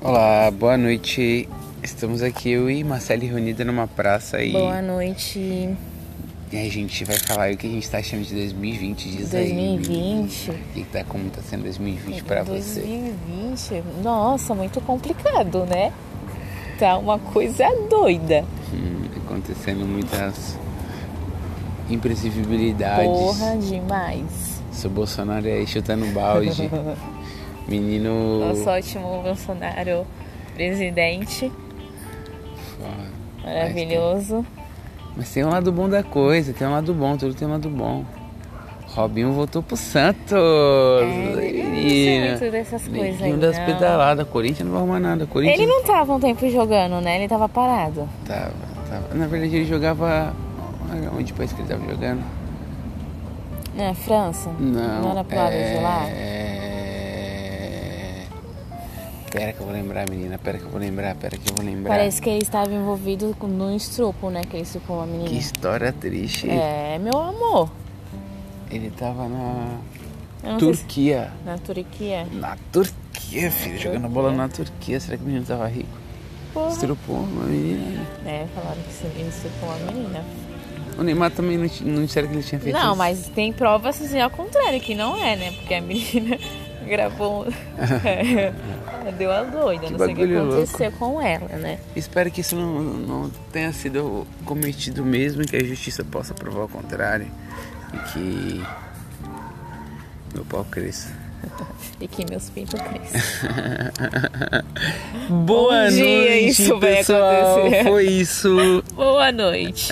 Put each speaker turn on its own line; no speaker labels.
Olá, boa noite. Estamos aqui eu e Marcele reunida numa praça e,
Boa noite,
e a gente vai falar aí o que a gente tá achando de 2020, diz aí.
2020.
O que que tá, como tá sendo 2020 pra você?
2020, nossa, muito complicado, né? Tá uma coisa doida.
Hum, acontecendo muitas imprevisibilidades.
Porra demais.
Seu Bolsonaro aí chutando balde. Menino.
Nosso ótimo Bolsonaro presidente,
Foda.
maravilhoso.
Mas tem um lado bom da coisa, tem um lado bom, tudo tem um lado bom. Robinho voltou pro Santos.
É, ele não sabe tudo dessas coisas aí,
Neguinho um das
não.
pedaladas. Corinthians não vai arrumar nada. Corinthians
Ele não tava um tempo jogando, né? Ele tava parado.
tava, tava. tá, Na verdade ele jogava. Olha Onde país que ele tava jogando?
Na né? França?
Não.
Não era pro lado
é...
de lá?
Pera que eu vou lembrar, menina. Pera que eu vou lembrar, pera que eu vou lembrar.
Parece que ele estava envolvido com- no estrupo, né? Que ele estrupou uma menina.
Que história triste.
É, meu amor.
Ele tava na
Eu não sei se-
Turquia.
Na é. Turquia.
Na Turquia, filho. Jogando bola na Turquia. Será que o menino tava rico?
Porra.
Estrupou uma menina.
É, falaram que ele estrupou uma menina.
O Neymar também não, ti- não disseram que ele tinha feito
Não,
isso.
mas tem provas assim ao contrário, que não é, né? Porque a menina gravou. um- Deu a doida,
Que
não sei o que
bagulho louco.
aconteceu com ela, né?
Espero que isso não, não tenha sido cometido mesmo. e Que a justiça possa provar o contrário. E que... Meu pau cresça.
E que meus pintos crescem.
Boa
dia
noite,
Um isso vai
pessoal.
acontecer.
Foi isso.
Boa noite.